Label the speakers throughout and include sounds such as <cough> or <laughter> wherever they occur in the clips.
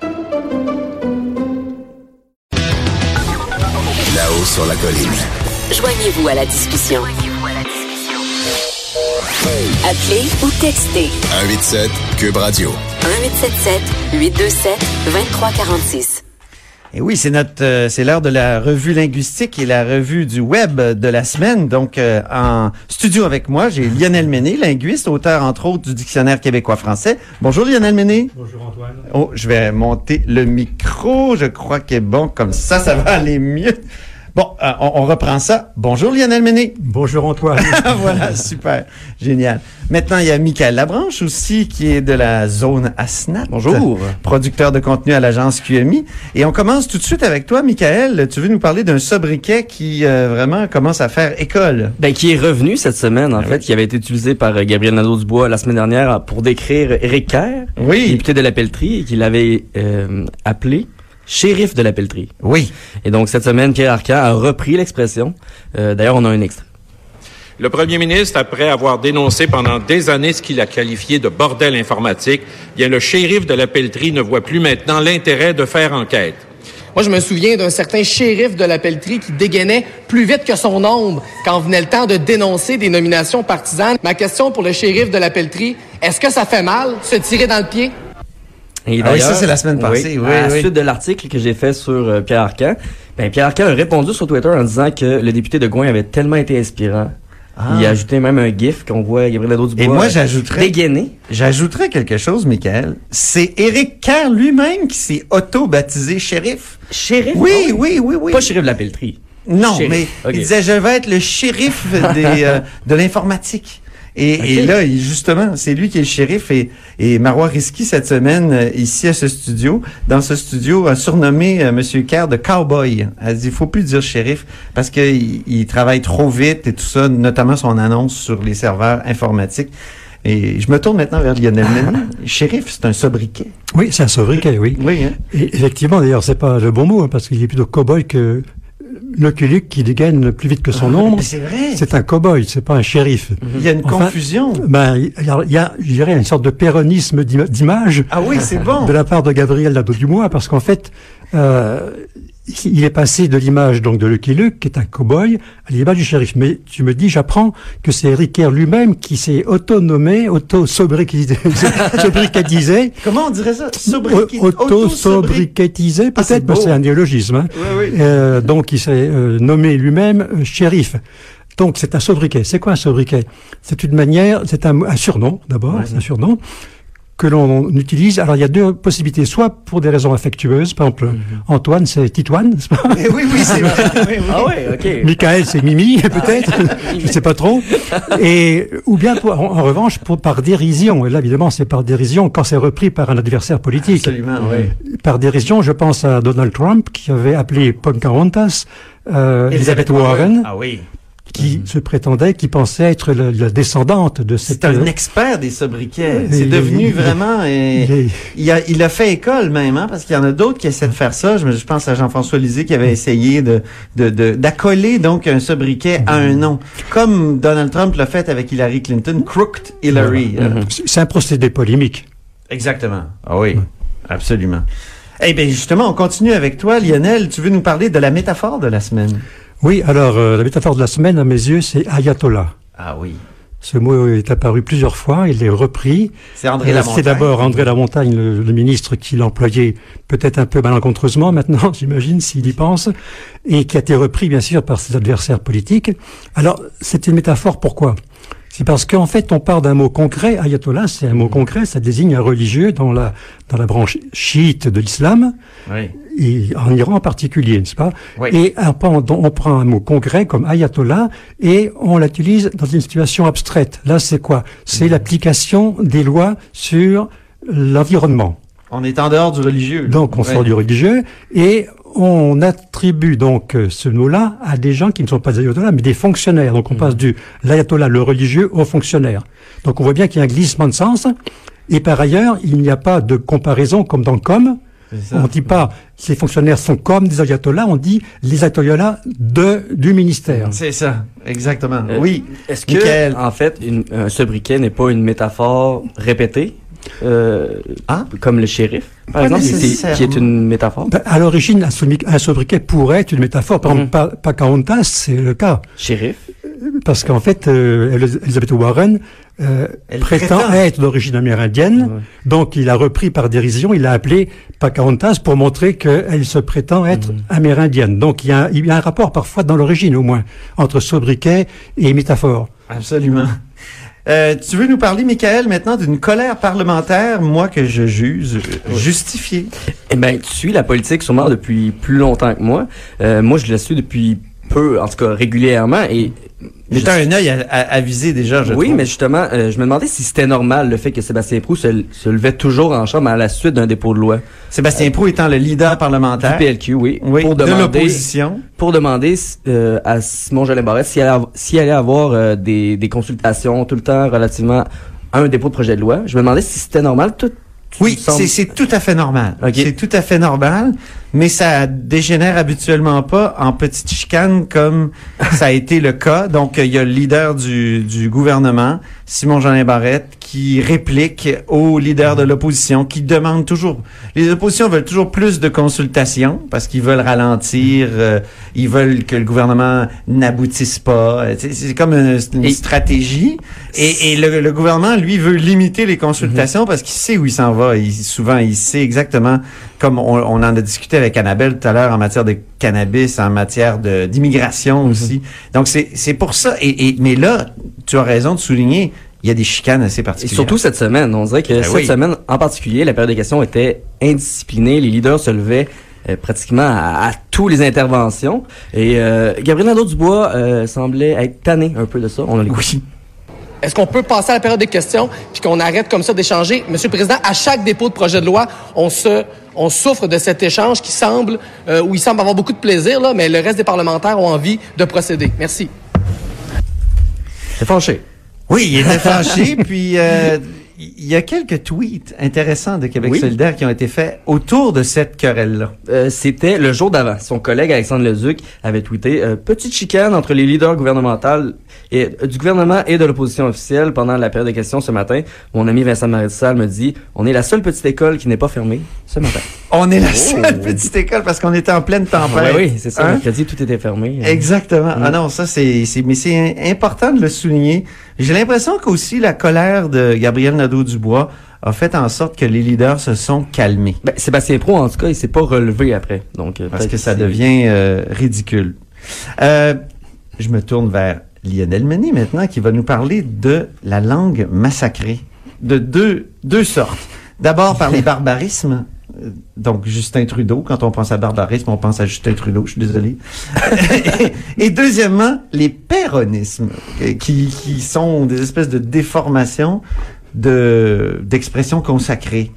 Speaker 1: Là-haut sur la colline.
Speaker 2: Joignez-vous à la discussion. Appelez ou textez
Speaker 1: 187 Cube Radio.
Speaker 2: 1877 827 2346.
Speaker 3: Et oui, c'est notre, euh, c'est l'heure de la revue linguistique et la revue du web de la semaine. Donc, euh, en studio avec moi, j'ai Lionel Méné, linguiste, auteur entre autres du dictionnaire québécois-français. Bonjour Lionel Méné.
Speaker 4: Bonjour Antoine.
Speaker 3: Oh, je vais monter le micro. Je crois qu'il est bon comme ça, ça va aller mieux. Bon, euh, on, on reprend ça. Bonjour Lionel Méné.
Speaker 4: Bonjour Antoine.
Speaker 3: <laughs> Ah, voilà, super, génial. Maintenant, il y a Michael Labranche aussi, qui est de la zone ASNAT.
Speaker 5: Bonjour.
Speaker 3: Producteur de contenu à l'agence QMI. Et on commence tout de suite avec toi, Michael. Tu veux nous parler d'un sobriquet qui euh, vraiment commence à faire école.
Speaker 5: <laughs> Ben, qui est revenu cette semaine, en
Speaker 3: Ben
Speaker 5: fait, qui avait été utilisé par euh, Gabriel Nadeau-Dubois la semaine dernière euh, pour décrire Éric Kerr,
Speaker 3: Oui.
Speaker 5: député de la Pelletrie, et qu'il avait euh, appelé shérif de la Pelletrie.
Speaker 3: Oui.
Speaker 5: Et donc, cette semaine, Pierre Arcan a repris l'expression. Euh, D'ailleurs, on a un extrait.
Speaker 6: Le premier ministre, après avoir dénoncé pendant des années ce qu'il a qualifié de bordel informatique, eh bien le shérif de la pelleterie ne voit plus maintenant l'intérêt de faire enquête.
Speaker 7: Moi, je me souviens d'un certain shérif de la pelleterie qui dégainait plus vite que son ombre quand venait le temps de dénoncer des nominations partisanes. Ma question pour le shérif de la pelleterie, est-ce que ça fait mal se tirer dans le pied?
Speaker 5: Et
Speaker 3: Ah oui, ça,
Speaker 5: d'ailleurs,
Speaker 3: c'est la semaine passée, oui,
Speaker 5: à la
Speaker 3: oui.
Speaker 5: suite de l'article que j'ai fait sur euh, Pierre Arcan, ben, Pierre Arcan a répondu sur Twitter en disant que le député de Gouin avait tellement été inspirant. Il a ajouté même un gif qu'on voit Gabriel Nadeau-Dubois
Speaker 3: Ah. Et moi,
Speaker 5: euh,
Speaker 3: j'ajouterais-
Speaker 5: dégainé.
Speaker 3: J'ajouterais quelque chose, Michael. C'est Éric Kerr lui-même qui s'est auto-baptisé shérif.
Speaker 5: Shérif? ah Oh
Speaker 3: Oui, oui, oui, oui.
Speaker 5: Pas shérif de la Pelletrie.
Speaker 3: Non,
Speaker 5: Shérif.
Speaker 3: mais
Speaker 5: Ok.
Speaker 3: il disait je vais être le shérif des, euh, de l'informatique. Et, et
Speaker 5: Ok.
Speaker 3: là, il- justement, c'est lui qui est le shérif et, et Marois Risky cette semaine euh, ici à ce studio, dans ce studio, a surnommé euh, Monsieur Kerr de cowboy. Elle dit, il faut plus dire shérif parce qu'il il travaille trop vite et tout ça, notamment son annonce sur les serveurs informatiques. Et je me tourne maintenant vers Lionel
Speaker 5: <laughs>
Speaker 3: Mesnil. Shérif, c'est un sobriquet.
Speaker 4: Oui, c'est un sobriquet, oui.
Speaker 3: Oui, hein?
Speaker 4: Et effectivement, d'ailleurs, c'est pas le bon mot, hein, parce qu'il est plutôt cow-boy que l'oculique qui dégaine plus vite que son ombre.
Speaker 3: Ah, Mais c'est vrai.
Speaker 4: C'est un cow-boy, c'est pas un shérif.
Speaker 3: Il y a une
Speaker 4: Enfin,
Speaker 3: confusion.
Speaker 4: Ben, il y a- il y a, je dirais, une sorte de péronisme d'ima- d'image
Speaker 3: Ah oui, c'est bon.
Speaker 4: de la part de Gabriel Nadeau-Dubois, parce qu'en fait, euh, il est passé de l'image donc de Lucky Luke, qui est un cow-boy, à l'image du shérif. Mais tu me dis, j'apprends que c'est Ricker lui-même qui s'est autonomé, <laughs> auto-sobriquetisé, sobriquetisé,
Speaker 3: Comment on dirait ça? Sobriquet.
Speaker 4: au- auto-sobriquetisé,
Speaker 3: Ah, c'est
Speaker 4: peut-être, mais
Speaker 3: beau.
Speaker 4: c'est un néologisme. hein.
Speaker 3: Oui, oui.
Speaker 4: Euh, donc, il s'est euh, nommé lui-même euh, shérif. Donc, c'est un sobriquet. C'est quoi un sobriquet C'est une manière, c'est un, un surnom d'abord, c'est un surnom que l'on utilise. Alors, il y a deux possibilités. Soit pour des raisons affectueuses, par exemple,
Speaker 3: Mm-hmm.
Speaker 4: Antoine, c'est Titoine, n'est-ce pas
Speaker 3: Eh oui, oui, c'est vrai. Oui, oui.
Speaker 5: Ah ouais,
Speaker 3: <laughs>
Speaker 5: ok.
Speaker 4: Michael, c'est Mimi, peut-être, je ne sais pas trop. Et ou bien, pour- en, en revanche, pour, par dérision. Et là, évidemment, c'est par dérision quand c'est repris par un adversaire politique.
Speaker 3: Absolument, oui.
Speaker 4: Par dérision, je pense à Donald Trump qui avait appelé Pocahontas euh, Elizabeth Warren,
Speaker 3: Ah oui.
Speaker 4: qui se prétendait, qui pensait être la, la descendante de cette.
Speaker 3: C'est un expert des sobriquets.
Speaker 4: Oui,
Speaker 3: C'est
Speaker 4: il-
Speaker 3: devenu
Speaker 4: il-
Speaker 3: vraiment. euh,
Speaker 4: il est-
Speaker 3: il, a, il a fait école même, hein, parce qu'il y en a d'autres qui essaient de faire ça. Je, me- je pense à Jean-François Lisée qui avait essayé de de- de- d'accoler donc un sobriquet à un nom, comme Donald Trump l'a fait avec Hillary Clinton, crooked Hillary. Euh,
Speaker 4: C'est c'est un procédé polémique.
Speaker 3: Exactement. Ah oui, absolument. Eh bien, justement, on continue avec toi, Lionel. Tu veux nous parler de la métaphore de la semaine?
Speaker 4: Oui, alors euh, la métaphore de la semaine, à mes yeux, c'est ayatollah.
Speaker 3: Ah oui.
Speaker 4: Ce mot est apparu plusieurs fois, il est repris.
Speaker 3: C'est André
Speaker 4: Euh,
Speaker 3: Lamontagne.
Speaker 4: C'est d'abord André Lamontagne, le, le ministre, qui l'employait peut-être un peu malencontreusement maintenant, <laughs> j'imagine, s'il y pense, et qui a été repris, bien sûr, par ses adversaires politiques. Alors, c'est une métaphore, pourquoi c'est parce qu'en fait, on part d'un mot concret. Ayatollah, c'est un mot concret. Ça désigne un religieux dans la, dans la branche chiite de l'islam
Speaker 3: Oui.
Speaker 4: et en Iran en particulier, n'est-ce pas
Speaker 3: Oui.
Speaker 4: Et on prend, on prend un mot concret comme ayatollah et on l'utilise dans une situation abstraite. Là, c'est quoi C'est l'application des lois sur l'environnement.
Speaker 3: On est en dehors du religieux. là.
Speaker 4: Donc, on
Speaker 3: Ouais.
Speaker 4: sort du religieux et on attribue donc euh, ce mot-là à des gens qui ne sont pas des ayatollahs, mais des fonctionnaires.
Speaker 3: Mm.
Speaker 4: Donc on passe du l'ayatollah, le religieux, au fonctionnaire. Donc on voit bien qu'il y a un glissement de sens. Et par ailleurs, il n'y a pas de comparaison comme dans comme.
Speaker 3: ça.
Speaker 4: On ne dit pas ces fonctionnaires sont comme des ayatollahs, on dit les ayatollahs de, du ministère.
Speaker 3: C'est ça, exactement.
Speaker 5: Euh,
Speaker 3: oui.
Speaker 5: Est-ce que,
Speaker 3: Michael.
Speaker 5: en fait, une, un sobriquet n'est pas une métaphore répétée, euh,
Speaker 3: Ah.
Speaker 5: comme le shérif, par
Speaker 3: Pas
Speaker 5: exemple, qui était- qui est une métasobriquet
Speaker 4: Ben, à l'origine, un, sobriquet- un sobriquet pourrait être une métaphore.
Speaker 3: Mm.
Speaker 4: Par exemple, Pa- Pocahontas, c'est le cas.
Speaker 5: shérif.
Speaker 4: Parce qu'en fait, euh, Elis- Elizabeth Warren euh,
Speaker 3: Elle
Speaker 4: prétend,
Speaker 3: prétend.
Speaker 4: être d'origine amérindienne. Donc, il a repris par dérision, il l'a appelé Pocahontas pour montrer qu'elle se prétend
Speaker 3: Mm.
Speaker 4: être amérindienne. Donc, il y, a, un- il y a un rapport parfois dans l'origine, au moins, entre sobriquet et métaphore.
Speaker 3: Absolument. Euh, tu veux nous parler, Michael, maintenant d'une colère parlementaire, moi que je juge euh, justifiée.
Speaker 5: Eh ben, tu suis la politique sûrement depuis plus longtemps que moi. Euh, moi, je la suis depuis peu, en tout cas régulièrement, et
Speaker 3: Mais t'as un œil à, à- avisé déjà, je
Speaker 5: oui,
Speaker 3: trouve.
Speaker 5: mais justement, euh, je me demandais si c'était normal le fait que Sébastien Proux se, se levait toujours en chambre à la suite d'un dépôt de loi
Speaker 3: Sébastien Proux étant le leader parlementaire
Speaker 5: Euh, du PLQ, oui,
Speaker 3: Hein? oui,
Speaker 5: pour
Speaker 3: de
Speaker 5: demander
Speaker 3: l'opposition.
Speaker 5: pour demander euh, à Simon Jolin Barrette s'il allait, av- s'il allait avoir euh, des, des consultations tout le temps relativement à un dépôt de projet de loi. Je me demandais si c'était normal. Tout, tu
Speaker 3: Oui,
Speaker 5: me sembles-
Speaker 3: c'est c'est tout à fait normal.
Speaker 5: Ok.
Speaker 3: C'est tout à fait normal, mais ça dégénère habituellement pas en petites chicanes
Speaker 5: <laughs>
Speaker 3: comme ça a été le cas. Donc, euh, il y a le leader du, du gouvernement, Simon-Jeanin Barrette, qui réplique au leader de l'opposition, qui demande toujours... Les oppositions veulent toujours plus de consultations parce qu'ils veulent ralentir, euh, ils veulent que le gouvernement n'aboutisse pas. Euh, C'est c'est comme une, une
Speaker 5: Et-
Speaker 3: stratégie. Et, et le, le gouvernement, lui, veut limiter les
Speaker 5: Mhm.
Speaker 3: consultations parce qu'il sait où il s'en va. Il, souvent, il sait exactement, comme on, on en a discuté avec Annabelle tout à l'heure en matière de cannabis, en matière de- d'immigration
Speaker 5: Mhm.
Speaker 3: aussi. Donc, c'est c'est pour ça. Et, et- mais là, tu as raison de souligner, il y a des chicanes assez
Speaker 5: Et
Speaker 3: particulières.
Speaker 5: surtout cette semaine, on dirait que
Speaker 3: Ben
Speaker 5: cette
Speaker 3: oui.
Speaker 5: semaine en particulier, la période des questions était indisciplinée. Les leaders se levaient euh, pratiquement à, à tous les interventions. Et euh, Gabriel Nadeau-Dubois euh, semblait être tanné un peu de ça. On a l'écoute.
Speaker 7: Est-ce qu'on peut passer à la période des questions puis qu'on arrête comme ça d'échanger? Monsieur le Président, à chaque dépôt de projet de loi, on se, on souffre de cet échange qui semble, euh, où il semble avoir beaucoup de plaisir, là, mais le reste des parlementaires ont envie de procéder. Merci.
Speaker 5: C'est fâché.
Speaker 3: Oui, il était fâché. <laughs> puis euh, il y a quelques tweets intéressants de Québec
Speaker 5: Oui.
Speaker 3: solidaire qui ont été faits autour de cette querelle-là.
Speaker 5: Euh, c'était le jour d'avant. Son collègue Alexandre Leduc avait tweeté euh, petite chicane entre les leaders gouvernementaux et euh, du gouvernement et de l'opposition officielle pendant la période des questions ce matin. Mon ami Vincent Marissal me dit on est la seule petite école qui n'est pas fermée ce matin.
Speaker 3: On est la seule petite école parce qu'on était en pleine tempête.
Speaker 5: Ouais, Oh. oui, c'est ça.
Speaker 3: Hein?
Speaker 5: Mercredi, tout était fermé. Euh,
Speaker 3: Exactement. Ah non, ça c'est c'est mais c'est im- important de le souligner. J'ai l'impression qu'aussi la colère de Gabriel Nadeau-Dubois a fait en sorte que les leaders se sont calmés
Speaker 5: Ben, Sébastien Pro, en tout cas, il s'est pas relevé après. Donc, euh,
Speaker 3: parce
Speaker 5: peut-être
Speaker 3: que ça
Speaker 5: c'est-
Speaker 3: devient euh, ridicule. Euh, je me tourne vers Lionel Mené maintenant qui va nous parler de la langue massacrée de deux deux sortes. D'abord par les barbarismes. Euh, Donc Justin Trudeau, quand on pense à barbarisme, on pense à Justin Trudeau, je suis désolé. et, et deuxièmement, les péronismes, euh, qui, qui sont des espèces de déformations de d'expressions consacrées.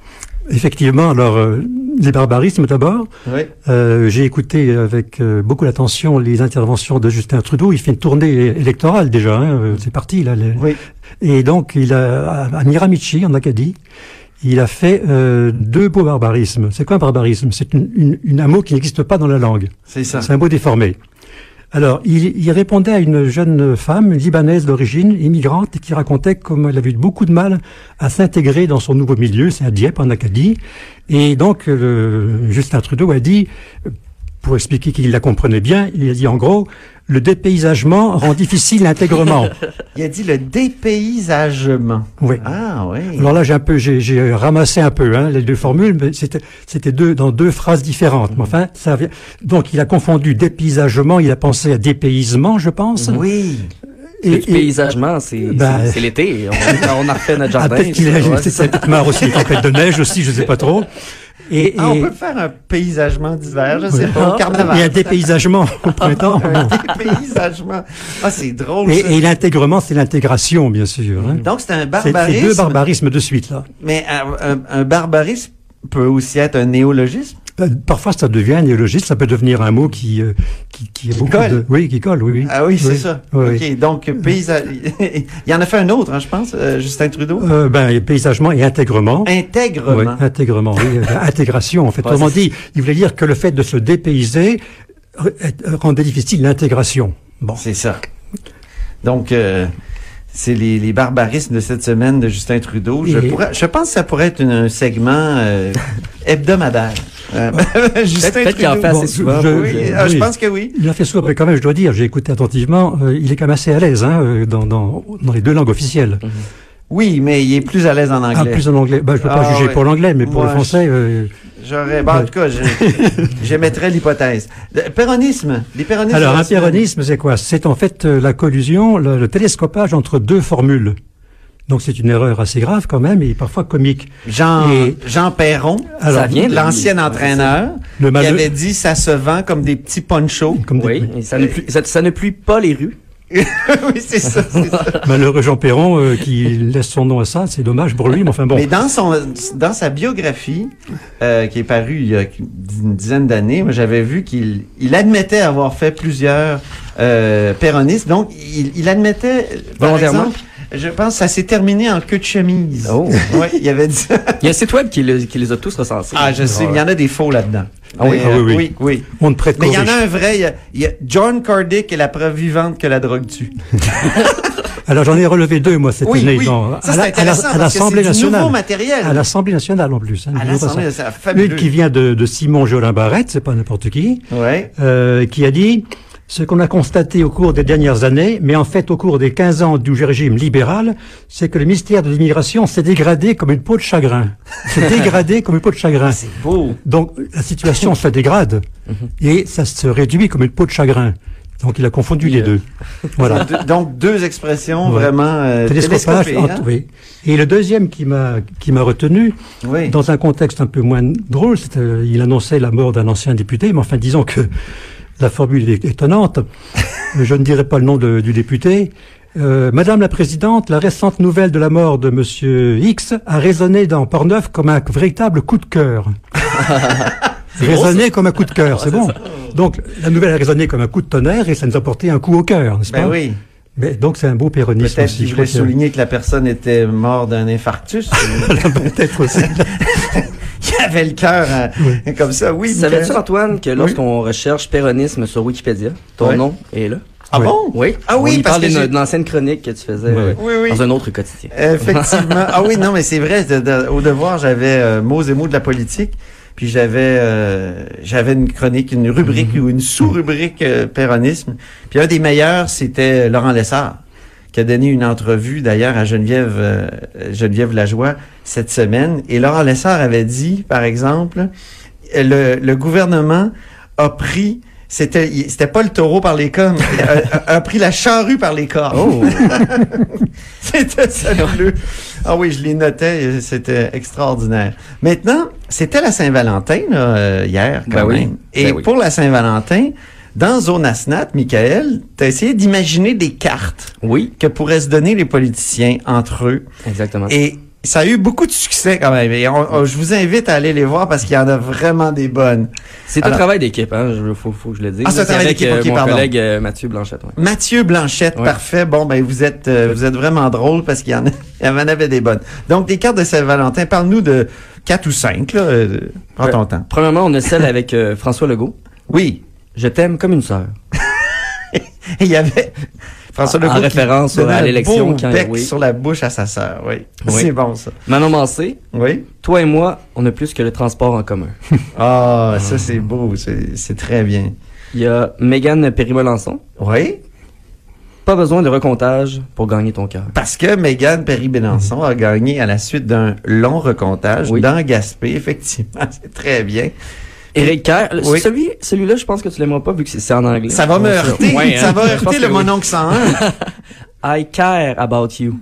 Speaker 4: Effectivement, alors, euh, les barbarismes d'abord.
Speaker 3: Oui.
Speaker 4: Euh, j'ai écouté avec euh, beaucoup d'attention les interventions de Justin Trudeau. Il fait une tournée é- électorale déjà, hein, euh, c'est parti là. les-
Speaker 3: Oui.
Speaker 4: Et donc il a à à Miramichi en Acadie, il a fait euh, deux beaux barbarismes. C'est quoi un barbarisme C'est une, une- une- un mot qui n'existe pas dans la langue.
Speaker 3: C'est ça.
Speaker 4: C'est un mot déformé. Alors, il, il répondait à une jeune femme libanaise d'origine, immigrante, qui racontait comme elle avait eu beaucoup de mal à s'intégrer dans son nouveau milieu, c'est à Dieppe, en Acadie. Et donc, euh, Justin Trudeau a dit, euh, pour expliquer qu'il la comprenait bien, il a dit en gros, le dépaysagement rend
Speaker 3: <laughs>
Speaker 4: difficile l'intégrement.
Speaker 3: Il a dit le dépaysagement.
Speaker 4: Oui.
Speaker 3: Ah oui.
Speaker 4: Alors là, j'ai un peu, j'ai, j'ai ramassé un peu hein, les deux formules, mais c'était, c'était deux dans deux phrases différentes. Mais enfin, ça vient. Donc, il a confondu dépaysagement, il a pensé à dépaysement, je pense.
Speaker 3: oui.
Speaker 4: Et,
Speaker 5: Le petit
Speaker 4: et-
Speaker 5: paysagement, c'est
Speaker 4: Ben-
Speaker 5: c'est- c'est l'été. On, on a refait notre
Speaker 4: ah,
Speaker 5: jardin.
Speaker 4: peut-être qu'il
Speaker 5: ça,
Speaker 4: a
Speaker 5: ouais,
Speaker 4: c'est
Speaker 5: c'est
Speaker 4: peut-être marre aussi, les tempêtes de neige aussi, je sais pas trop. Et,
Speaker 3: Ah, on
Speaker 4: et- Ah,
Speaker 3: peut faire un paysagement d'hiver, je
Speaker 4: ouais.
Speaker 3: sais pas, au carnaval.
Speaker 4: Et
Speaker 3: <laughs>
Speaker 4: un dépaysagement au printemps.
Speaker 3: Un dépaysagement. Ah, c'est drôle. ça.
Speaker 4: Et, et l'intégrement, c'est l'intégration, bien sûr. hein.
Speaker 3: Donc, c'est un
Speaker 4: C'est-
Speaker 3: barbarisme. euh,
Speaker 4: c'est deux barbarismes de suite là.
Speaker 3: Mais un, un- un barbarisme peut aussi être un néologisme.
Speaker 4: euh, parfois ça devient néologiste, ça peut devenir un mot qui, euh, qui, qui a beaucoup
Speaker 3: colle.
Speaker 4: de- Oui, qui colle, oui. oui.
Speaker 3: Ah oui, c'est ça.
Speaker 4: oui, oui.
Speaker 3: OK, donc paysa- <laughs> il y en a fait un autre, hein, je pense, euh, Justin Trudeau.
Speaker 4: Euh, ben, et paysagement et intégrement. Oui,
Speaker 3: Intègrement.
Speaker 4: intégrement, oui. euh, intégration, en fait.
Speaker 5: Ouais,
Speaker 4: Autrement
Speaker 5: c'est-
Speaker 4: dit, il voulait dire que le fait de se dépayser euh, euh, rendait difficile l'intégration. Bon.
Speaker 3: C'est ça. Donc, euh, c'est les, les barbarismes de cette semaine de Justin Trudeau. Je,
Speaker 4: Et-
Speaker 3: pourrais- je pense que ça pourrait être une- un segment euh, hebdomadaire. Euh,
Speaker 4: <laughs>
Speaker 3: Justin
Speaker 5: Peut-être qu'il en
Speaker 3: Trudeau.
Speaker 5: fait assez
Speaker 4: Bon,
Speaker 5: souvent.
Speaker 4: je-
Speaker 5: pour-
Speaker 3: Oui,
Speaker 4: je-
Speaker 3: euh, je
Speaker 4: oui.
Speaker 3: pense que oui.
Speaker 4: Il a fait souvent, mais quand même, je dois dire, j'ai écouté attentivement, euh, il est quand même assez à l'aise hein, euh, dans, dans, dans les deux langues officielles.
Speaker 3: Oui, mais il est plus à l'aise en
Speaker 4: Ah,
Speaker 3: anglais.
Speaker 4: plus en anglais. Ben, je ne peux pas
Speaker 3: Ah,
Speaker 4: juger
Speaker 3: ouais.
Speaker 4: pour l'anglais, mais pour
Speaker 3: Moi,
Speaker 4: le français, euh,
Speaker 3: J'aurais, bon, en tout cas,
Speaker 4: <laughs>
Speaker 3: je- j'émettrais l'hypothèse. Le Péronisme. Les péronismes.
Speaker 4: Alors, un péronisme, c'est quoi C'est en fait euh, la collusion, le, le télescopage entre deux formules. Donc c'est une erreur assez grave quand même et parfois comique.
Speaker 3: Jean,
Speaker 4: Et-
Speaker 3: Jean Perron,
Speaker 4: Alors, Ça
Speaker 5: vient de lui.
Speaker 3: l'ancien entraîneur,
Speaker 4: Le
Speaker 3: qui
Speaker 4: malheur-
Speaker 3: avait dit ça se vend comme des petits ponchos. <laughs>
Speaker 4: Comme des-
Speaker 5: Oui, et ça ne, plu- ça- ça ne pluie pas les rues.
Speaker 3: oui, c'est ça, c'est ça.
Speaker 4: <laughs> Malheureux Jean Perron euh, qui <laughs> laisse son nom à ça, c'est dommage pour lui, mais enfin bon.
Speaker 3: Mais dans son dans sa biographie euh, qui est parue il y a une dizaine d'années, moi j'avais vu qu'il il admettait avoir fait plusieurs euh, péronistes. Donc il, il admettait euh, par
Speaker 5: Volontairement?
Speaker 3: exemple, je pense que ça s'est terminé en queue de chemise.
Speaker 5: Oh.
Speaker 3: Ouais, il avait dit ça.
Speaker 5: Il y a un site web qui, le- qui les a tous recensés.
Speaker 3: Ah, je sais, il y en a des faux là-dedans.
Speaker 4: Ah oui?
Speaker 3: Mais,
Speaker 4: Ah oui,
Speaker 3: euh,
Speaker 4: oui.
Speaker 3: oui, oui.
Speaker 4: On ne prête
Speaker 3: Mais
Speaker 4: qu'aux
Speaker 3: il y en a
Speaker 4: riches.
Speaker 3: un vrai, il y a, il y a John Cardick est la preuve vivante que la drogue tue.
Speaker 4: Alors j'en ai relevé deux moi cette
Speaker 3: Oui,
Speaker 4: année
Speaker 3: oui.
Speaker 4: dans-
Speaker 3: Ça,
Speaker 4: à
Speaker 3: c'est
Speaker 4: la- à la-
Speaker 3: intéressant
Speaker 4: à
Speaker 3: parce que
Speaker 4: l'Assemblée
Speaker 3: c'est du nouveau
Speaker 4: nationale.
Speaker 3: matériel.
Speaker 4: À l'Assemblée nationale en plus. hein,
Speaker 3: À
Speaker 4: n'oublions pas
Speaker 3: l'Assemblée
Speaker 4: ça.
Speaker 3: nationale, fabuleux.
Speaker 4: Une qui vient de, de Simon Jolin Barrette, c'est pas n'importe qui.
Speaker 3: Ouais.
Speaker 4: euh, qui a dit ce qu'on a constaté au cours des dernières années, mais en fait au cours des 15 ans du régime libéral, c'est que le mystère de l'immigration s'est dégradé comme une peau de chagrin. S'est dégradé comme une peau de chagrin.
Speaker 5: beau.
Speaker 4: Donc la situation se dégrade et ça se réduit comme une peau de chagrin. Donc il a confondu les deux.
Speaker 3: <laughs>
Speaker 4: Voilà.
Speaker 3: De- donc deux expressions
Speaker 4: Ouais.
Speaker 3: vraiment euh,
Speaker 4: Télescopage.
Speaker 3: télescopées,
Speaker 4: entre-
Speaker 3: hein?
Speaker 4: oui. Et le deuxième qui m'a qui m'a retenu,
Speaker 3: Oui.
Speaker 4: dans un contexte un peu moins drôle, c'est, euh, il annonçait la mort d'un ancien député, mais enfin disons que la formule
Speaker 3: <laughs>
Speaker 4: est étonnante. Je ne dirai pas le nom de- du député. Euh, Madame la Présidente, la récente nouvelle de la mort de Monsieur X a résonné dans Portneuf comme un véritable coup
Speaker 3: <laughs>
Speaker 4: de cœur. résonné comme un coup de cœur, c'est bon. Donc la nouvelle a résonné comme un coup de tonnerre et ça nous a porté un coup au cœur, n'est-ce
Speaker 3: Ben
Speaker 4: pas
Speaker 3: oui.
Speaker 4: Mais donc c'est un beau péronisme
Speaker 3: Peut-être
Speaker 4: aussi.
Speaker 3: qu'il
Speaker 4: je
Speaker 3: voulait
Speaker 4: crois que-
Speaker 3: souligner que la personne était morte d'un
Speaker 4: <laughs>
Speaker 3: infarctus.
Speaker 4: Peut-être aussi.
Speaker 3: Il avait le cœur hein, comme ça, oui.
Speaker 5: Savais-tu,
Speaker 3: Michael.
Speaker 5: Antoine, que lorsqu'on recherche péronisme sur Wikipédia, ton
Speaker 3: Ouais.
Speaker 5: nom est là?
Speaker 3: Ah
Speaker 4: Oui.
Speaker 3: bon?
Speaker 5: Oui.
Speaker 3: Ah oui,
Speaker 5: On y
Speaker 3: parce
Speaker 5: parle
Speaker 3: que
Speaker 5: d'une
Speaker 3: j'ai-
Speaker 5: d'une ancienne chronique que tu faisais
Speaker 4: Oui,
Speaker 5: euh,
Speaker 3: oui. Oui, Euh, oui.
Speaker 5: dans un autre quotidien.
Speaker 3: Effectivement. ah oui, non, mais c'est vrai. de- de- au devoir, j'avais euh, mots et mots de la politique. Puis j'avais euh, j'avais une chronique, une rubrique ou une sous-rubrique euh, péronisme. Puis un des meilleurs, c'était Laurent Lessard, qui a donné une entrevue d'ailleurs à Geneviève euh, Geneviève Lajoie cette semaine. Et Laurent Lessard avait dit, par exemple, le, le gouvernement a pris c'était il- c'était pas le taureau par les cornes, a, a- a pris la charrue par les cornes. <laughs> C'était fabuleux. Ah oui, je les notais, euh, c'était extraordinaire. Maintenant, c'était la Saint-Valentin là, euh, hier quand
Speaker 5: Ben oui,
Speaker 3: même. Et
Speaker 5: ben oui.
Speaker 3: pour la Saint-Valentin, dans Zone Asnat, Michael, t'as essayé d'imaginer des cartes
Speaker 5: Oui,
Speaker 3: que pourraient se donner les politiciens entre eux.
Speaker 5: exactement.
Speaker 3: Et ça a eu beaucoup de succès quand même. Et on- on- je vous invite à aller les voir parce qu'il y en a vraiment des bonnes.
Speaker 5: C'est un
Speaker 3: Alors-
Speaker 5: travail d'équipe, hein, je, faut, faut que je le dise.
Speaker 3: Ah, c'est un travail
Speaker 5: avec
Speaker 3: d'équipe,
Speaker 5: euh,
Speaker 3: ok,
Speaker 5: mon
Speaker 3: pardon.
Speaker 5: collègue euh, Mathieu Blanchette. ouais.
Speaker 3: Mathieu Blanchette,
Speaker 5: Ouais.
Speaker 3: parfait. Bon, ben vous êtes euh, vous êtes vraiment drôle parce qu'il y en, a- <laughs> il y en avait des bonnes. Donc des cartes de Saint-Valentin. Parle-nous de quatre ou cinq. Là, euh, prends ton
Speaker 5: Ouais.
Speaker 3: temps.
Speaker 5: Premièrement, on a celle avec euh, François Legault.
Speaker 3: Oui,
Speaker 5: Je t'aime comme une sœur.
Speaker 3: il y
Speaker 5: <laughs>
Speaker 3: avait François
Speaker 5: En- en
Speaker 3: Legault qui
Speaker 5: référence
Speaker 3: donnait
Speaker 5: à
Speaker 3: un
Speaker 5: l'élection
Speaker 3: beau
Speaker 5: quand-
Speaker 3: bec
Speaker 5: oui.
Speaker 3: sur la bouche à sa sœur. Oui,
Speaker 5: Oui.
Speaker 3: c'est bon ça.
Speaker 5: Manon Mancé,
Speaker 3: Oui.
Speaker 5: toi et moi, on a plus que le transport en commun.
Speaker 3: Ah, ça c'est beau, c'est c'est très bien.
Speaker 5: Il y a Mégane Perry-Melançon.
Speaker 3: Oui,
Speaker 5: Pas besoin de recomptage pour gagner ton cœur.
Speaker 3: parce que Mégane Perry-Bélançon a gagné à la suite d'un long recomptage
Speaker 5: Oui.
Speaker 3: dans Gaspé, effectivement, <laughs> c'est très bien.
Speaker 5: Eric Kerr,
Speaker 3: Oui.
Speaker 5: celui, celui-là, je pense que tu l'aimeras pas vu que c'est- c'est en anglais.
Speaker 3: Ça va me
Speaker 5: Ouais,
Speaker 3: heurter,
Speaker 5: ouais,
Speaker 3: ça
Speaker 5: hein.
Speaker 3: va
Speaker 5: Je pense
Speaker 3: heurter
Speaker 5: que
Speaker 3: le
Speaker 5: oui.
Speaker 3: mononcle 101.
Speaker 5: I care about you.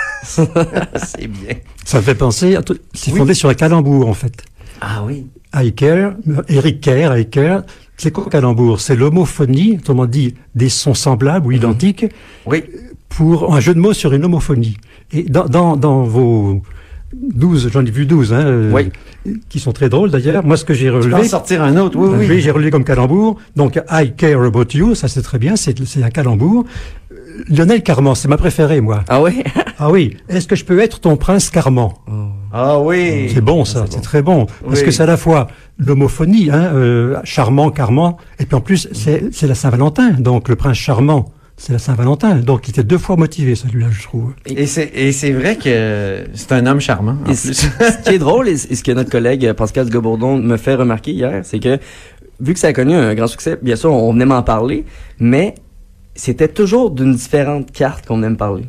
Speaker 5: <laughs>
Speaker 3: C'est bien.
Speaker 4: <laughs> Ça me fait penser, à tout- c'est
Speaker 3: Oui.
Speaker 4: fondé sur un calembour en fait.
Speaker 3: <laughs> Ah oui.
Speaker 4: I care, euh, Eric Kerr, I care, c'est quoi un calembour C'est l'homophonie, autrement dit des sons semblables ou identiques,
Speaker 3: Oui.
Speaker 4: pour un jeu de mots sur une homophonie. Et dans, dans, dans vos 12, j'en ai vu 12, hein, euh,
Speaker 5: Oui.
Speaker 4: qui sont très drôles d'ailleurs. Moi, ce que j'ai
Speaker 3: Je vais en
Speaker 4: relevé,
Speaker 3: sortir un autre, Ah, oui,
Speaker 4: Oui,
Speaker 3: oui.
Speaker 4: j'ai relevé comme calembour. Donc, I care about you, ça c'est très bien, c'est c'est un calembour. Euh, Lionel Carman, c'est ma préférée, moi.
Speaker 5: Ah oui?
Speaker 4: Ah oui, est-ce que je peux être ton prince Carman
Speaker 3: Ah oui.
Speaker 4: C'est bon, ça, c'est très bon. Parce
Speaker 3: Oui.
Speaker 4: que c'est à la fois l'homophonie, hein, euh, charmant, Carman, et puis en plus, c'est c'est la Saint-Valentin, donc le prince charmant. C'est la Saint-Valentin, donc il était deux fois motivé celui-là, je trouve.
Speaker 3: Et c'est et c'est vrai que c'est un homme charmant. En
Speaker 5: Et c-
Speaker 3: plus.
Speaker 5: ce qui est drôle et c- et ce que notre collègue euh, Pascal Gobourdon me fait remarquer hier, c'est que vu que ça a connu un grand succès, bien sûr, on venait m'en parler, mais c'était toujours d'une différente carte qu'on venait me parler.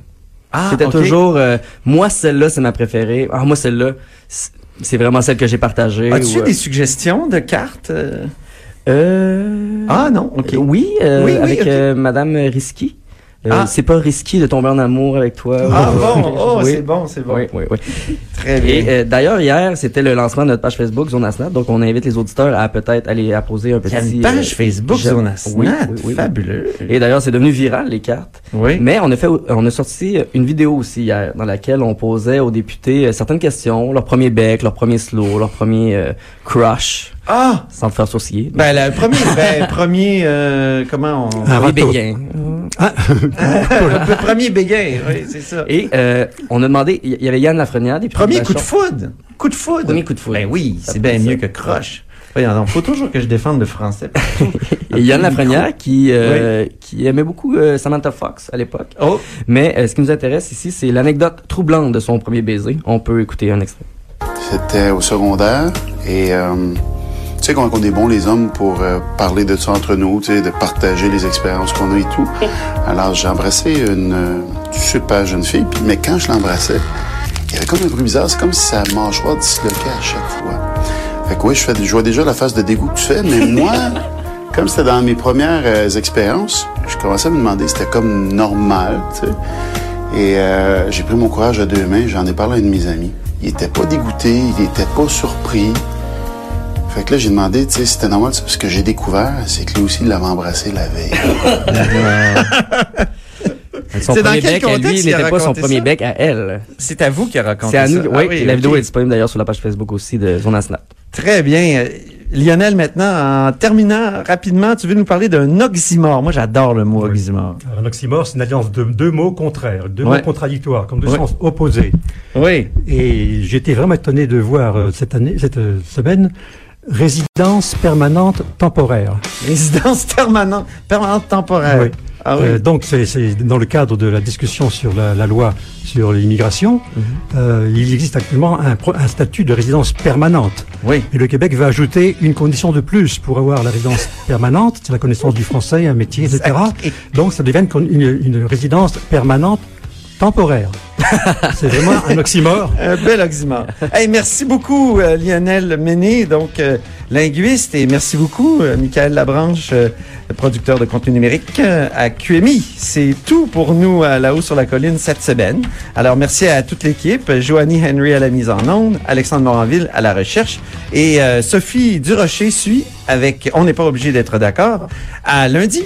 Speaker 3: Ah,
Speaker 5: c'était
Speaker 3: ok.
Speaker 5: toujours euh, moi celle-là c'est ma préférée. Ah moi celle-là c- c'est vraiment celle que j'ai partagée.
Speaker 3: As-tu
Speaker 5: ou, euh,
Speaker 3: des suggestions de cartes euh?
Speaker 5: euh,
Speaker 3: Ah non, ok.
Speaker 5: euh, Oui, euh,
Speaker 3: Oui, oui,
Speaker 5: avec
Speaker 3: ok.
Speaker 5: euh, Madame Risky. Euh,
Speaker 3: Ah.
Speaker 5: C'est pas risqué de tomber en amour avec toi.
Speaker 3: Ah
Speaker 5: Ou- <laughs>
Speaker 3: bon, oh
Speaker 5: Oui.
Speaker 3: c'est bon, c'est bon.
Speaker 5: Oui, oui, oui.
Speaker 3: Très
Speaker 5: Et
Speaker 3: bien.
Speaker 5: euh, d'ailleurs, hier, c'était le lancement de notre page Facebook Zona Snap. Donc, on invite les auditeurs à peut-être aller à poser un
Speaker 3: Il
Speaker 5: petit.
Speaker 3: y a une page
Speaker 5: euh,
Speaker 3: Facebook
Speaker 5: j'aime-
Speaker 3: Zona
Speaker 5: Oui,
Speaker 3: Snap,
Speaker 5: oui, oui.
Speaker 3: fabuleux.
Speaker 5: Et d'ailleurs, c'est devenu viral, les cartes.
Speaker 3: Oui.
Speaker 5: Mais on a fait, on a sorti une vidéo aussi hier, dans laquelle on posait aux députés euh, certaines questions, leur premier bec, leur premier slow, leur premier euh, crush,
Speaker 3: Ah,
Speaker 5: sans le faire sourciller.
Speaker 3: ben le premier, ben, premier, euh, comment
Speaker 4: <laughs>
Speaker 3: on...
Speaker 4: Un
Speaker 5: Premier
Speaker 4: râteau.
Speaker 5: béguin.
Speaker 4: Ah,
Speaker 3: Le premier béguin, oui, c'est ça.
Speaker 5: Et euh, on a demandé, il y avait Yann Lafrenière, député
Speaker 3: Premier
Speaker 5: la
Speaker 3: coup de
Speaker 5: Chambre-
Speaker 3: foudre. Coup de foudre.
Speaker 5: Premier coup de foudre.
Speaker 3: Ben oui,
Speaker 5: Ça
Speaker 3: c'est
Speaker 5: peut
Speaker 3: bien
Speaker 5: être
Speaker 3: mieux que
Speaker 5: ça.
Speaker 3: croche. Voyons donc, faut toujours que je défende le français.
Speaker 5: Et Yann Lafrenière qui, euh, qui aimait beaucoup euh, Samantha Fox à l'époque.
Speaker 3: <laughs> Oh,
Speaker 5: Mais euh, ce qui nous intéresse ici, c'est l'anecdote troublante de son premier baiser. On peut écouter un
Speaker 3: <laughs>
Speaker 5: extrait.
Speaker 8: C'était au secondaire et euh, tu sais quand on est bons les hommes pour euh, parler de ça entre nous, tu sais, de partager les expériences qu'on a et tout. Alors j'ai embrassé une euh, super jeune fille, puis- mais quand je l'embrassais, il y avait comme un bruit bizarre, c'est comme si sa mâchoire disloquait à chaque fois. Fait que oui, je, fais, je vois déjà la face de dégoût que tu fais, mais moi, comme c'était dans mes premières euh, expériences, je commençais à me demander si c'était comme normal, tu sais. Et euh, j'ai pris mon courage à deux mains, j'en ai parlé à un de mes amis. Il était pas dégoûté, il était pas surpris. Fait que là, j'ai demandé, tu sais, si c'était normal, parce que j'ai découvert, c'est que lui aussi, il l'avait embrassé la veille.
Speaker 5: Euh, Son
Speaker 3: C'est dans
Speaker 5: premier
Speaker 3: quel
Speaker 5: bec à lui,
Speaker 3: contexte
Speaker 5: il
Speaker 3: qu'il a
Speaker 5: n'était pas son
Speaker 3: raconté
Speaker 5: premier
Speaker 3: ça?
Speaker 5: bec à elle.
Speaker 3: c'est à vous qui a raconté
Speaker 5: C'est à
Speaker 3: ça.
Speaker 5: nous.
Speaker 3: Ah
Speaker 5: oui, la
Speaker 3: ok.
Speaker 5: vidéo est disponible d'ailleurs sur la page Facebook aussi de Zona Snap.
Speaker 3: Très bien. Euh, Lionel, maintenant, en terminant rapidement, tu veux nous parler d'un oxymore. Moi, j'adore le mot oxymore.
Speaker 4: <laughs> un oxymore, c'est une alliance de deux mots contraires, deux
Speaker 3: Ouais.
Speaker 4: mots contradictoires, comme deux
Speaker 3: Ouais.
Speaker 4: sens opposés.
Speaker 3: Oui.
Speaker 4: Et j'étais vraiment étonné de voir euh, cette année, cette euh, semaine, résidence permanente temporaire.
Speaker 3: Résidence permanente, permanente temporaire.
Speaker 4: Oui.
Speaker 3: Ah oui.
Speaker 4: Euh, donc c'est- c'est dans le cadre de la discussion sur la, la loi sur l'immigration,
Speaker 3: Mhm.
Speaker 4: euh, il existe actuellement un, pro- un statut de résidence permanente.
Speaker 3: oui.
Speaker 4: Et le Québec va ajouter une condition de plus pour avoir la résidence permanente, c'est la connaissance du français, un métier, etc. Donc ça devient une con- une, une résidence permanente temporaire.
Speaker 3: <laughs>
Speaker 4: c'est vraiment un oxymore.
Speaker 3: Un bel oxymore. Hey, merci beaucoup, euh, Lionel Méné, donc euh, linguiste, et merci beaucoup, euh, Michael Labranche, euh, producteur de contenu numérique euh, à QMI. C'est tout pour nous à La Haut sur la Colline cette semaine. Alors, merci à toute l'équipe, euh, Joanie Henry à la mise en onde, Alexandre Moranville à la recherche, et euh, Sophie Durocher suit avec On n'est pas obligé d'être d'accord à lundi.